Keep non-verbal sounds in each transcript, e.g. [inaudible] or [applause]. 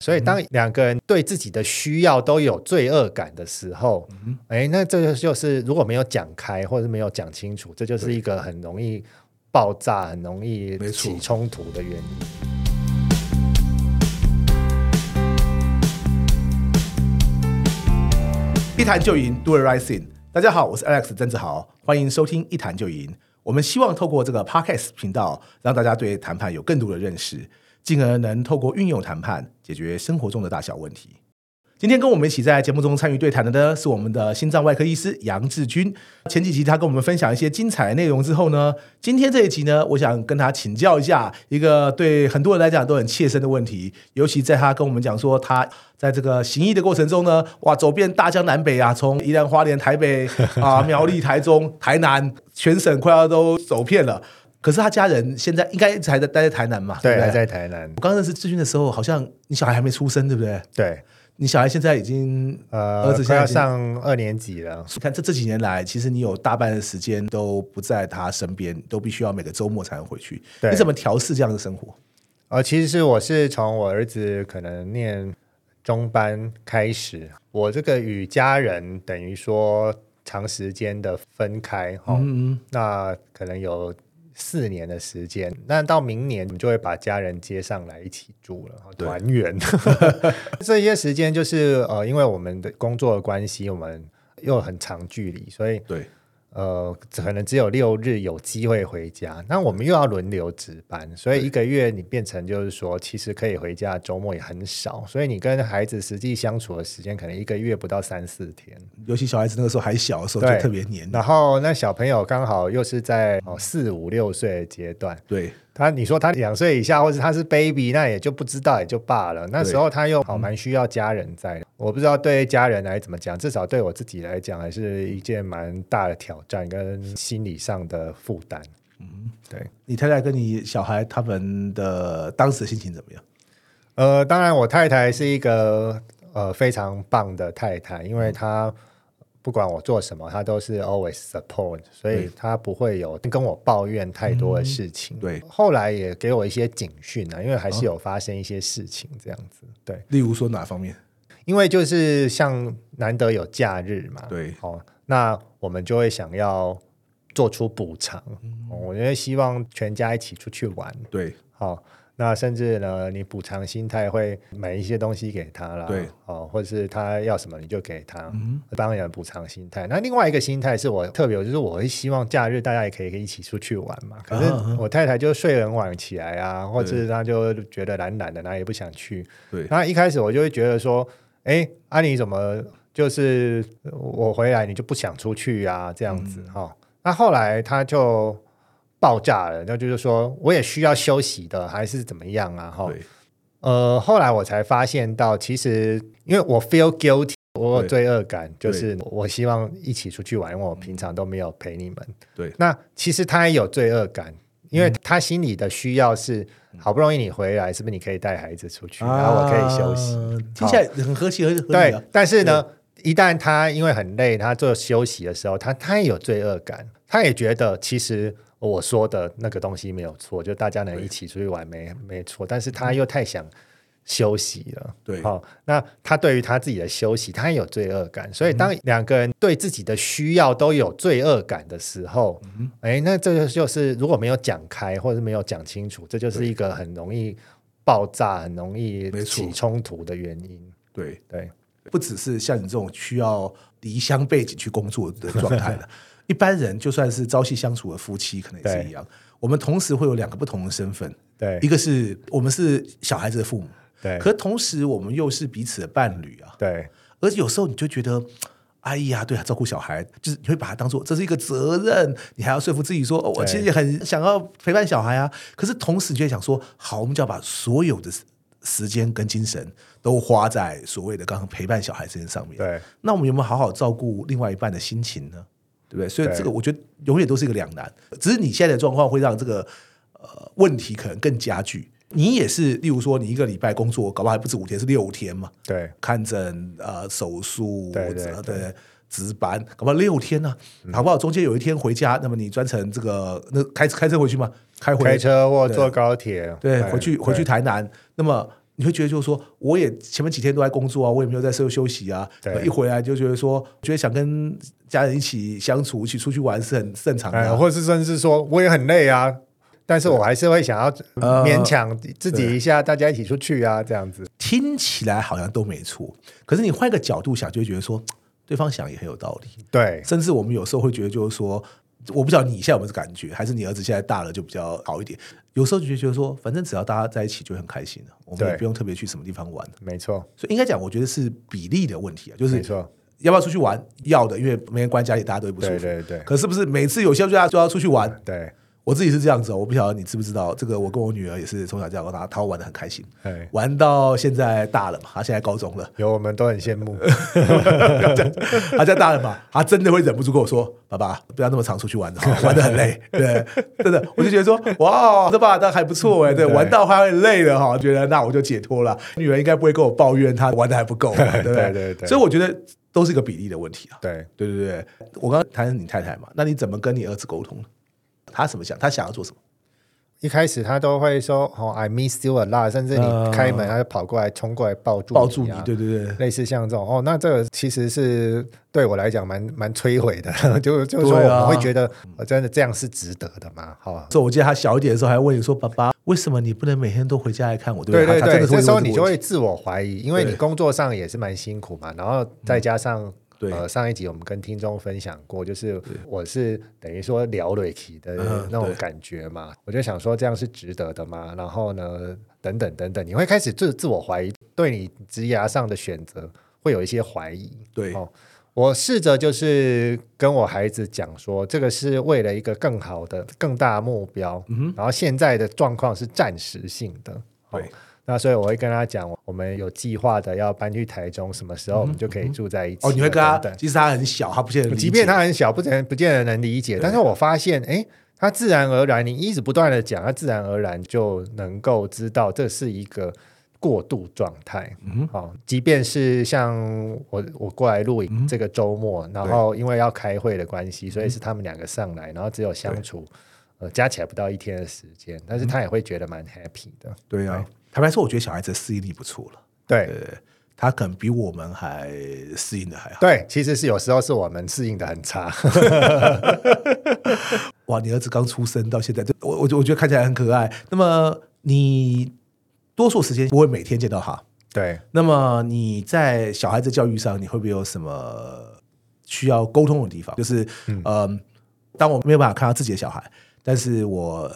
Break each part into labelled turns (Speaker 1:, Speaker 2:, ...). Speaker 1: 所
Speaker 2: 嗯
Speaker 1: 以，当两个人对自己的需要都有罪恶感的时候，
Speaker 2: 嗯
Speaker 1: 哎、那这个就是如果没有讲开，或者是没有讲清楚，这就是一个很容易爆炸、很容易
Speaker 2: 没错
Speaker 1: 起冲突的原因。
Speaker 2: 一谈就赢，Do the right thing。大家好，我是 Alex 曾志豪，欢迎收听一谈就赢。我们希望透过这个 Podcast 频道，让大家对谈判有更多的认识，进而能透过运用谈判解决生活中的大小问题。今天跟我们一起在节目中参与对谈的呢，是我们的心脏外科医师杨志军。前几集他跟我们分享一些精彩的内容之后呢，今天这一集呢，我想跟他请教一下一个对很多人来讲都很切身的问题，尤其在他跟我们讲说他在这个行医的过程中呢，哇，走遍大江南北啊，从宜兰花莲、台北啊、苗栗、台中、台南，全省快要都走遍了。可是他家人现在应该还在待在台南嘛？
Speaker 1: 对，
Speaker 2: 不
Speaker 1: 还在台南，
Speaker 2: 我刚认识志军的时候，好像你小孩还没出生，对不对？
Speaker 1: 对，
Speaker 2: 你小孩现在已经
Speaker 1: 呃，
Speaker 2: 儿子现
Speaker 1: 快
Speaker 2: 在
Speaker 1: 要
Speaker 2: 已经，
Speaker 1: 上二年级了，
Speaker 2: 看这这几年来，其实你有大半的时间都不在他身边，都必须要每个周末才能回去。
Speaker 1: 对
Speaker 2: 你怎么调试这样的生活？
Speaker 1: 呃，其实是我是从我儿子可能念中班开始，我这个与家人等于说长时间的分开哈、哦那可能有四年的时间。那到明年，我们就会把家人接上来一起住了，哦
Speaker 2: 对
Speaker 1: 团圆。 [laughs] 这些时间就是呃，因为我们的工作的关系，我们又很长距离，所以
Speaker 2: 对，
Speaker 1: 呃，可能只有六日有机会回家，那我们又要轮流值班，所以一个月你变成就是说，其实可以回家的周末也很少，所以你跟孩子实际相处的时间可能一个月不到三四天。
Speaker 2: 尤其小孩子那个时候还小的时候，就
Speaker 1: 对
Speaker 2: 特别黏。
Speaker 1: 然后那小朋友刚好又是在哦四五六岁的阶段，
Speaker 2: 对，
Speaker 1: 他你说他两岁以下，或是他是 baby，那也就不知道也就罢了。那时候他又好蛮需要家人在的，我不知道对家人来怎么讲，至少对我自己来讲，还是一件蛮大的挑战跟心理上的负担。嗯，对。
Speaker 2: 你太太跟你小孩他们的当时的心情怎么样？
Speaker 1: 呃，当然，我太太是一个呃非常棒的太太，因为她不管我做什么，她都是 always support，所以她不会有跟我抱怨太多的事情。
Speaker 2: 对
Speaker 1: 后来也给我一些警讯啊，因为还是有发生一些事情这样子。对，
Speaker 2: 例如说哪方面？
Speaker 1: 因为就是像难得有假日嘛，
Speaker 2: 对
Speaker 1: 哦，那我们就会想要做出补偿，哦我觉得希望全家一起出去玩，
Speaker 2: 对，
Speaker 1: 好、那甚至呢，你补偿心态会买一些东西给他啦，
Speaker 2: 对，
Speaker 1: 哦，或者是他要什么你就给他，
Speaker 2: 嗯
Speaker 1: 当然补偿心态。那另外一个心态是我特别有，就是我会希望假日大家也可以一起出去玩嘛。可
Speaker 2: 啊啊
Speaker 1: 是我太太就睡很晚起来啊，或者是她就觉得懒懒的，然后也不想去。
Speaker 2: 对
Speaker 1: 那一开始我就会觉得说，哎，啊你怎么就是我回来你就不想出去啊这样
Speaker 2: 嗯
Speaker 1: 子哈、哦？那后来他就爆炸了，那就是说我也需要休息的，还是怎么样啊？哈，
Speaker 2: 对，
Speaker 1: 呃，后来我才发现到，其实因为我 feel guilty，我有
Speaker 2: 对
Speaker 1: 罪恶感，就是我希望一起出去玩，因为我平常都没有陪你们。
Speaker 2: 对嗯
Speaker 1: 那其实他也有罪恶感，因为他心里的需要是，好不容易你回来，是不是你可以带孩子出去，然后我可以休息？
Speaker 2: 啊听起来很和谐，合合理
Speaker 1: 对
Speaker 2: 啊。，
Speaker 1: 但是呢，一旦他因为很累，他做休息的时候，他他也有罪恶感，他也觉得其实我说的那个东西没有错，就大家能一起出去玩没没错，但是他又太想休息了。
Speaker 2: 对
Speaker 1: 好、那他对于他自己的休息，他也有罪恶感，所以当两个人对自己的需要都有罪恶感的时候，
Speaker 2: 嗯
Speaker 1: 哎、那这就是如果没有讲开，或者是没有讲清楚，这就是一个很容易爆炸、很容易
Speaker 2: 没错
Speaker 1: 起冲突的原因。
Speaker 2: 对，
Speaker 1: 对，
Speaker 2: 不只是像你这种需要离乡背景去工作的状态
Speaker 1: [laughs]
Speaker 2: 了。一般人就算是朝夕相处的夫妻，可能也是一样。我们同时会有两个不同的身份，
Speaker 1: 对
Speaker 2: 一个是我们是小孩子的父母，
Speaker 1: 对
Speaker 2: 可同时我们又是彼此的伴侣啊。
Speaker 1: 对
Speaker 2: 而且有时候你就觉得，哎呀，对啊，照顾小孩，就是你会把它当做这是一个责任，你还要说服自己说，哦，我
Speaker 1: 对
Speaker 2: 其实也很想要陪伴小孩啊。可是同时你就会想说，好，我们就要把所有的时时间跟精神都花在所谓的刚刚陪伴小孩这件上面。
Speaker 1: 对，
Speaker 2: 那我们有没有好好照顾另外一半的心情呢？对不对？所以
Speaker 1: 对
Speaker 2: 这个我觉得永远都是一个两难。只是你现在的状况会让这个呃问题可能更加剧。你也是，例如说，你一个礼拜工作，搞不好还不止五天，是六天嘛？
Speaker 1: 对
Speaker 2: 看诊、呃手术
Speaker 1: 对对
Speaker 2: 呃
Speaker 1: 对
Speaker 2: 对值班，搞不好六天呢、搞不好中间有一天回家，那么你专程这个那开开车回去吗？开回
Speaker 1: 开车或坐高铁，哎
Speaker 2: 对，回去回去
Speaker 1: 对
Speaker 2: 台南，那么你会觉得就是说，我也前面几天都在工作啊，我也没有在休休息啊，
Speaker 1: 对
Speaker 2: 可一回来就觉得说，觉得想跟家人一起相处，一起出去玩是很正常的啊、
Speaker 1: 呃，或者是甚至说我也很累啊，但是我还是会想要
Speaker 2: 呃
Speaker 1: 勉强自己一下，大家一起出去啊，这样子。
Speaker 2: 听起来好像都没错，可是你换一个角度想，就会觉得说，对方想也很有道理。
Speaker 1: 对，
Speaker 2: 甚至我们有时候会觉得，就是说，我不晓得你现在有没有这感觉，还是你儿子现在大了就比较好一点。有时候就觉得说，反正只要大家在一起就会很开心了，我们也
Speaker 1: 对
Speaker 2: 不用特别去什么地方玩。
Speaker 1: 没错，
Speaker 2: 所以应该讲，我觉得是比例的问题啊，就是
Speaker 1: 没错，
Speaker 2: 要不要出去玩？要的，因为每天关家里，大家都会不舒服。
Speaker 1: 对对对
Speaker 2: 可是不是每次有些就要就要出去玩？
Speaker 1: 对，
Speaker 2: 我自己是这样子、哦，我不晓得你知不知道，这个我跟我女儿也是从小这样，她她玩的很开心，
Speaker 1: 哎，
Speaker 2: 玩到现在大了嘛，她现在高中了，
Speaker 1: 有我们都很羡慕。
Speaker 2: [laughs] 他在大人嘛，他真的会忍不住跟我说：“爸爸，不要那么常出去玩，好玩的很
Speaker 1: [laughs]
Speaker 2: 累。”对，真的，我就觉得说：“哇，这爸爸倒还不错哎，对，
Speaker 1: 对
Speaker 2: 玩到还会累了哈，觉得那我就解脱了。女儿应该不会跟我抱怨她玩的还
Speaker 1: [laughs]
Speaker 2: 不够嘛，对不
Speaker 1: 对对对
Speaker 2: 所以我觉得都是一个比例的问题啊。
Speaker 1: 对，
Speaker 2: [laughs] 对对对，我刚刚谈你太太嘛，那你怎么跟你儿子沟通呢？他怎么想？他想要做什么？
Speaker 1: 一开始他都会说哦，I miss you a lot，甚至
Speaker 2: 嗯
Speaker 1: 你开门他就跑过来冲过来抱住
Speaker 2: 抱住你
Speaker 1: 啊，
Speaker 2: 对对对。
Speaker 1: 类似像这种哦，那这个其实是对我来讲蛮蛮摧毁的， [laughs] 就就是说我
Speaker 2: 对啊
Speaker 1: 们会觉得、呃真的这样是值得的吗？好、
Speaker 2: 所以我记得他小一点的时候还问你说：“爸爸，为什么你不能每天都回家来看我？”对不
Speaker 1: 对
Speaker 2: 对？他他真
Speaker 1: 对，
Speaker 2: 的是
Speaker 1: 这
Speaker 2: 会
Speaker 1: 时候
Speaker 2: 问这
Speaker 1: 你
Speaker 2: 个
Speaker 1: 就
Speaker 2: 问
Speaker 1: 会
Speaker 2: 题
Speaker 1: 自我怀疑，因为
Speaker 2: 对嗯
Speaker 1: 你工作上也是蛮辛苦嘛，然后再加上。
Speaker 2: 对
Speaker 1: 呃，上一集我们跟听众分享过，就是我是等于说聊瑞奇的
Speaker 2: 嗯
Speaker 1: 那种
Speaker 2: 对
Speaker 1: 感觉嘛，我就想说这样是值得的吗？然后呢，等等等等，你会开始自自我怀疑，对你职涯上的选择会有一些怀疑。
Speaker 2: 对
Speaker 1: 哦，我试着就是跟我孩子讲说，这个是为了一个更好的、更大的目标，
Speaker 2: 嗯
Speaker 1: 然后现在的状况是暂时性的。哦
Speaker 2: 对
Speaker 1: 那所以我会跟他讲，我们有计划的要搬去台中，什么时候我们就可以住在一起了、
Speaker 2: 哦，你会跟他
Speaker 1: 等，等
Speaker 2: 即使他很小，他不见得理解，
Speaker 1: 即便他很小，不见不见得能理解，但是我发现，哎，他自然而然，你一直不断的讲，他自然而然就能够知道这是一个过渡状态。嗯，好、即便是像我我过来录影这个周末，然后因为要开会的关系，所以是他们两个上来，然后只有相处，呃，加起来不到一天的时间，但是他也会觉得蛮 happy 的。
Speaker 2: 对啊，坦白说，我觉得小孩子的适应力不错了，
Speaker 1: 对
Speaker 2: 他可能比我们还适应的还好。
Speaker 1: 对，其实是有时候是我们适应的很差。 [laughs]
Speaker 2: 哇，你儿子刚出生到现在，就我我我觉得看起来很可爱。那么你多数时间不会每天见到他，
Speaker 1: 对。
Speaker 2: 那么你在小孩子教育上，你会不会有什么需要沟通的地方？就是，嗯、当我没有办法看到自己的小孩，但是我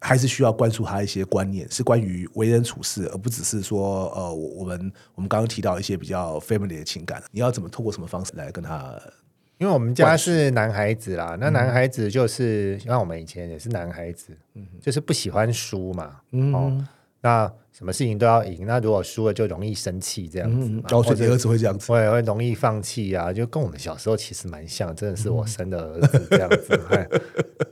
Speaker 2: 还是需要灌输他一些观念，是关于为人处事，而不只是说，呃，我我们我们刚刚提到一些比较 family 的情感，你要怎么透过什么方式来跟他？
Speaker 1: 因为我们家是男孩子啦，那男孩子就是、像我们以前也是男孩子，就是不喜欢输嘛，
Speaker 2: 嗯
Speaker 1: 哦，那什么事情都要赢，那如果输了就容易生气这样子
Speaker 2: 嗯
Speaker 1: 嘛，，
Speaker 2: 然后所
Speaker 1: 或
Speaker 2: 以你儿
Speaker 1: 者
Speaker 2: 子会这样子，
Speaker 1: 我也会容易放弃啊，就跟我们小时候其实蛮像，真的是我生的儿子这样子。 [laughs] 哎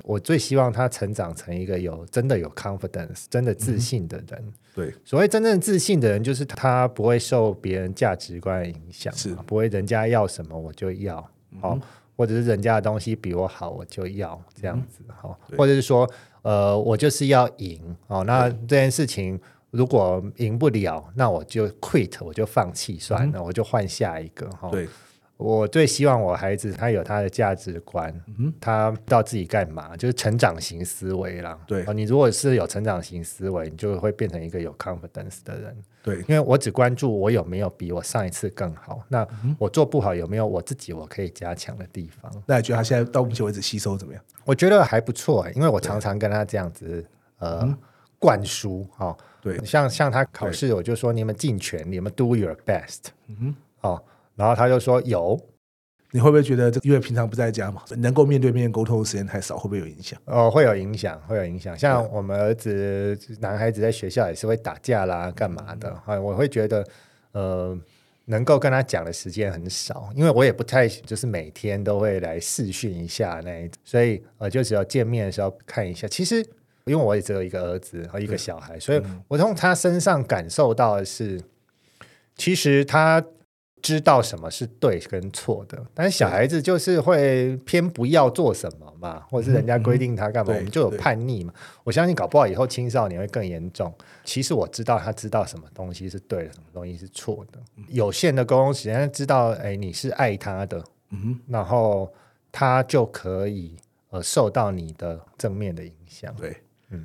Speaker 1: 我最希望他成长成一个有真的有 confidence、真的自信的人。
Speaker 2: 对，
Speaker 1: 所谓真正自信的人，就是他不会受别人价值观的影响嘛，
Speaker 2: 是嗯
Speaker 1: 不会人家要什么我就要，哦，或者是人家的东西比我好我就要这样子，好、
Speaker 2: 嗯对
Speaker 1: 或者是说，呃，我就是要赢，哦，那这件事情如果赢不了，那我就 quit，我就放弃算了，我就换下一个，哈、哦，
Speaker 2: 嗯对，
Speaker 1: 我最希望我孩子他有他的价值观，
Speaker 2: 嗯
Speaker 1: 他知道自己干嘛，就是成长型思维啦。
Speaker 2: 对
Speaker 1: 哦你如果是有成长型思维，你就会变成一个有 confidence 的人。
Speaker 2: 对，嗯
Speaker 1: 因为我只关注我有没有比我上一次更好，那我做不好有没有我自己我可以加强的地方？
Speaker 2: 那你觉得他现在到目前为止吸收怎么样？
Speaker 1: 我觉得还不错、欸因为我常常跟他这样子呃、灌输哦，
Speaker 2: 嗯对
Speaker 1: 像像他考试，我就说你们尽全力，你们 do your best，哦，
Speaker 2: 嗯
Speaker 1: 然后他就说有。
Speaker 2: 你会不会觉得这个因为平常不在家嘛，能够面对面沟通的时间太少，会不会有影响？
Speaker 1: 哦，会有影响，会有影响。像我们儿子男孩子在学校也是会打架啦，干嘛的？
Speaker 2: 嗯
Speaker 1: 啊、我会觉得，呃，能够跟他讲的时间很少，因为我也不太就是每天都会来试训一下那一种，所以呃，就只有见面的时候看一下。其实因为我也只有一个儿子和一个小
Speaker 2: 嗯
Speaker 1: 孩，所以我从他身上感受到的是，其实他。知道什么是对跟错的，但是小孩子就是会偏不要做什么嘛，或者是人家规定他干嘛，
Speaker 2: 嗯对
Speaker 1: 我们就有叛逆嘛。我相信搞不好以后青少年会更严重。其实我知道他知道什么东西是对的，什么东西是错的。有限的沟通时间，知道哎你是爱他的，嗯，然后他就可以呃受到你的正面的影响。
Speaker 2: 对，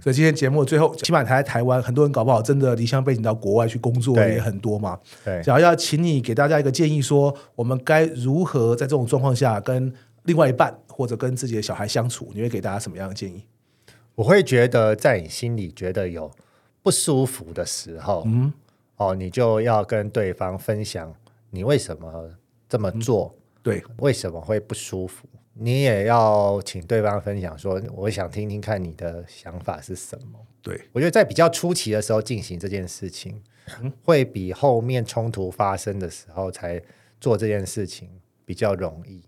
Speaker 2: 所以今天节目的最后，起码台在台湾，很多人搞不好真的离乡背景到国外去工作
Speaker 1: 对
Speaker 2: 也很多嘛。
Speaker 1: 对
Speaker 2: 想要请你给大家一个建议说，我们该如何在这种状况下跟另外一半或者跟自己的小孩相处？你会给大家什么样的建议？
Speaker 1: 我会觉得在你心里觉得有不舒服的时候，嗯，哦，你就要跟对方分享你为什么这么做，
Speaker 2: 对，
Speaker 1: 为什么会不舒服。你也要请对方分享说，我想听听看你的想法是什么。
Speaker 2: 对，
Speaker 1: 我觉得在比较初期的时候进行这件事情，
Speaker 2: 嗯
Speaker 1: 会比后面冲突发生的时候才做这件事情比较容易。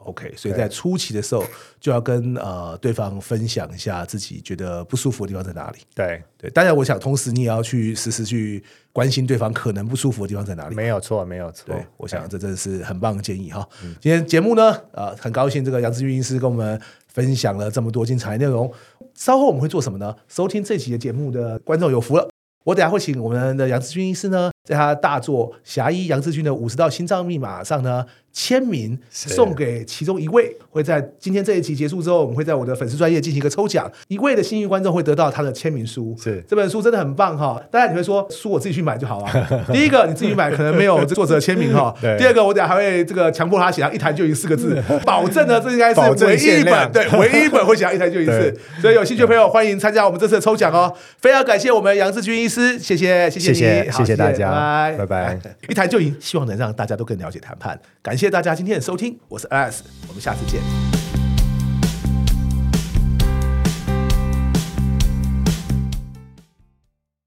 Speaker 2: OK，所以在初期的时候就要跟呃对方分享一下自己觉得不舒服的地方在哪里。
Speaker 1: 对，
Speaker 2: 对，当然我想同时你也要去时时去关心对方可能不舒服的地方在哪里。
Speaker 1: 没有错，没有错。哎嗯
Speaker 2: 对，我想这真的是很棒的建议哈。今天节目呢，呃，很高兴这个杨志军医师跟我们分享了这么多精彩内容。稍后我们会做什么呢？收听这期的节目的观众有福了。我等下会请我们的杨志军医师呢，在他大作《侠医杨志军的五十道心脏密码》上呢签名，送给其中一位。会在今天这一集结束之后，我们会在我的粉丝专业进行一个抽奖，一位的幸运观众会得到他的签名书。
Speaker 1: 是
Speaker 2: 这本书真的很棒哈！当然你会说书我自己去买就好
Speaker 1: [laughs]
Speaker 2: 啊。第一个你自己买可能没有作者签名哈。
Speaker 1: 对
Speaker 2: 第二个我等下还会这个强迫他写上一谈就赢四个字，保证呢这应该
Speaker 1: 保
Speaker 2: 是
Speaker 1: 证
Speaker 2: 唯一一
Speaker 1: 限
Speaker 2: 本
Speaker 1: 量
Speaker 2: 对唯一一本会写上一谈就赢四。所以有兴趣的朋友欢迎参加我们这次的抽奖哦！非常感谢我们杨志军医师，谢谢谢
Speaker 1: 谢
Speaker 2: 谢你，
Speaker 1: 谢
Speaker 2: 好
Speaker 1: 谢谢大家
Speaker 2: 拜
Speaker 1: 拜拜。
Speaker 2: 一谈就赢，希望能让大家都更了解谈判。感谢大家今天的收听，我是 Alex，我们下次见，拜